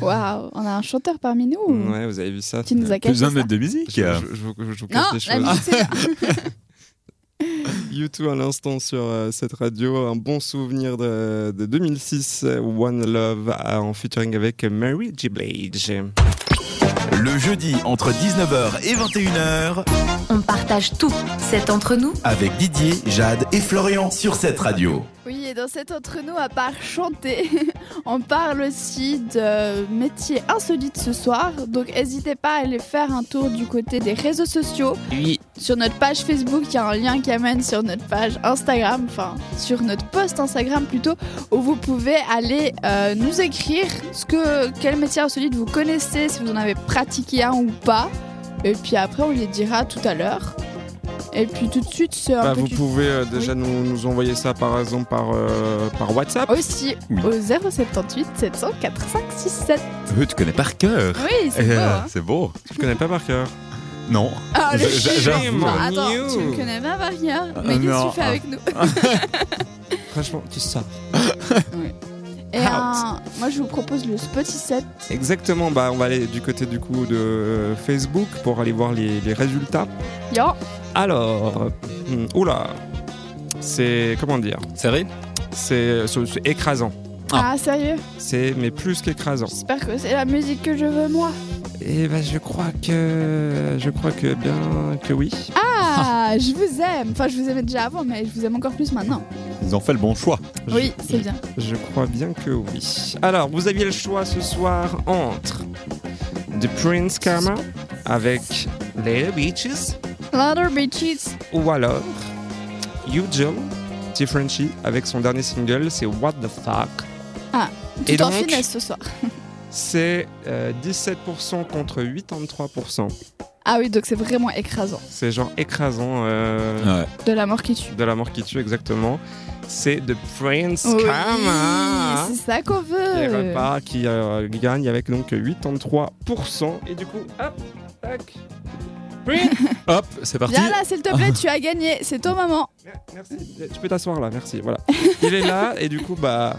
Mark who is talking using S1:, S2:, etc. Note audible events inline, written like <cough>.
S1: Waouh, on a un chanteur parmi nous ou-
S2: Ouais, vous avez vu ça
S1: qui nous a
S3: Plus
S1: caché
S3: besoin
S1: ça.
S3: de mettre de musique.
S2: Je, je- je vous- je vous cache
S1: Non,
S2: des
S1: la
S2: choses.
S1: musique, c'est
S2: <laughs>
S1: bien.
S2: YouTube à l'instant sur euh, cette radio, un bon souvenir de, de 2006, euh, One Love euh, en featuring avec Mary J. Blige.
S3: Le jeudi entre 19h et 21h
S4: On partage tout. C'est entre nous.
S3: avec Didier, Jade et Florian sur cette radio.
S1: Oui, et dans cet entre nous, à part chanter, <laughs> on parle aussi de métiers insolites ce soir. Donc n'hésitez pas à aller faire un tour du côté des réseaux sociaux.
S2: Oui.
S1: Sur notre page Facebook, il y a un lien qui amène sur notre page Instagram, enfin sur notre post Instagram plutôt, où vous pouvez aller euh, nous écrire ce que, quel métier insolite vous connaissez, si vous en avez pratiqué un ou pas. Et puis après, on les dira tout à l'heure. Et puis tout de suite, c'est un
S2: Bah,
S1: peu Ah
S2: vous
S1: du-
S2: pouvez euh, déjà nous, nous envoyer ça par exemple par, euh, par WhatsApp.
S1: aussi
S3: Oui.
S1: au 078 704 567.
S3: Euh, tu connais par cœur.
S1: Oui, c'est
S3: Euh,
S1: beau. hein.
S3: C'est beau.
S2: Je ne connais pas par cœur.
S3: Non.
S1: Ah, le
S3: je- je-
S1: chien.
S3: j'avoue.
S1: Enfin, Attends,
S2: New.
S1: tu le connais pas, Maria Mais
S3: Euh,
S1: qu'est-ce que
S3: non.
S1: tu fais avec nous
S2: Franchement, tu sors.
S1: Et un- moi, je vous propose le petit set.
S2: Exactement, bah, on va aller du côté du coup de euh, Facebook pour aller voir les, les résultats.
S1: Yo,
S2: Alors, hmm, oula, c'est comment dire
S3: Serré
S2: C'est c'est- c'est écrasant.
S1: ah, sérieux
S2: C'est mais plus qu'écrasant.
S1: J'espère que c'est la musique que je veux, moi.
S2: Et bah je crois que je crois que bien que oui.
S1: Ah, je vous aime. Enfin, je vous aimais déjà avant, mais je vous aime encore plus maintenant.
S3: Ils ont fait le bon choix.
S2: Je-
S1: Oui, c'est bien.
S2: Je crois bien que oui. Alors, vous aviez le choix ce soir entre The Prince Karma avec Little Beaches
S1: Louder Beaches.
S2: ou alors Usual Differenti avec son dernier single, c'est What the Fuck.
S1: Tout
S2: Et
S1: en
S2: donc
S1: finesse ce soir.
S2: C'est euh, 17% contre 83%.
S1: Ah oui, donc c'est vraiment écrasant.
S2: C'est genre écrasant euh,
S3: Ouais.
S1: De la mort qui tue.
S2: de la mort qui tue exactement. C'est The Prince
S1: Oui,
S2: Karma.
S1: c'est ça qu'on
S2: Et
S1: veut.
S2: Repas qui euh, gagne avec donc 83%. Et du coup, hop, tac.
S1: <laughs>
S2: Prince.
S3: Hop, c'est parti.
S1: Viens là, s'il te
S2: Ah.
S1: plaît, tu as gagné. C'est ton moment.
S2: Mer- Merci. Tu peux t'asseoir là, merci. Voilà. Il est là et du coup, bah,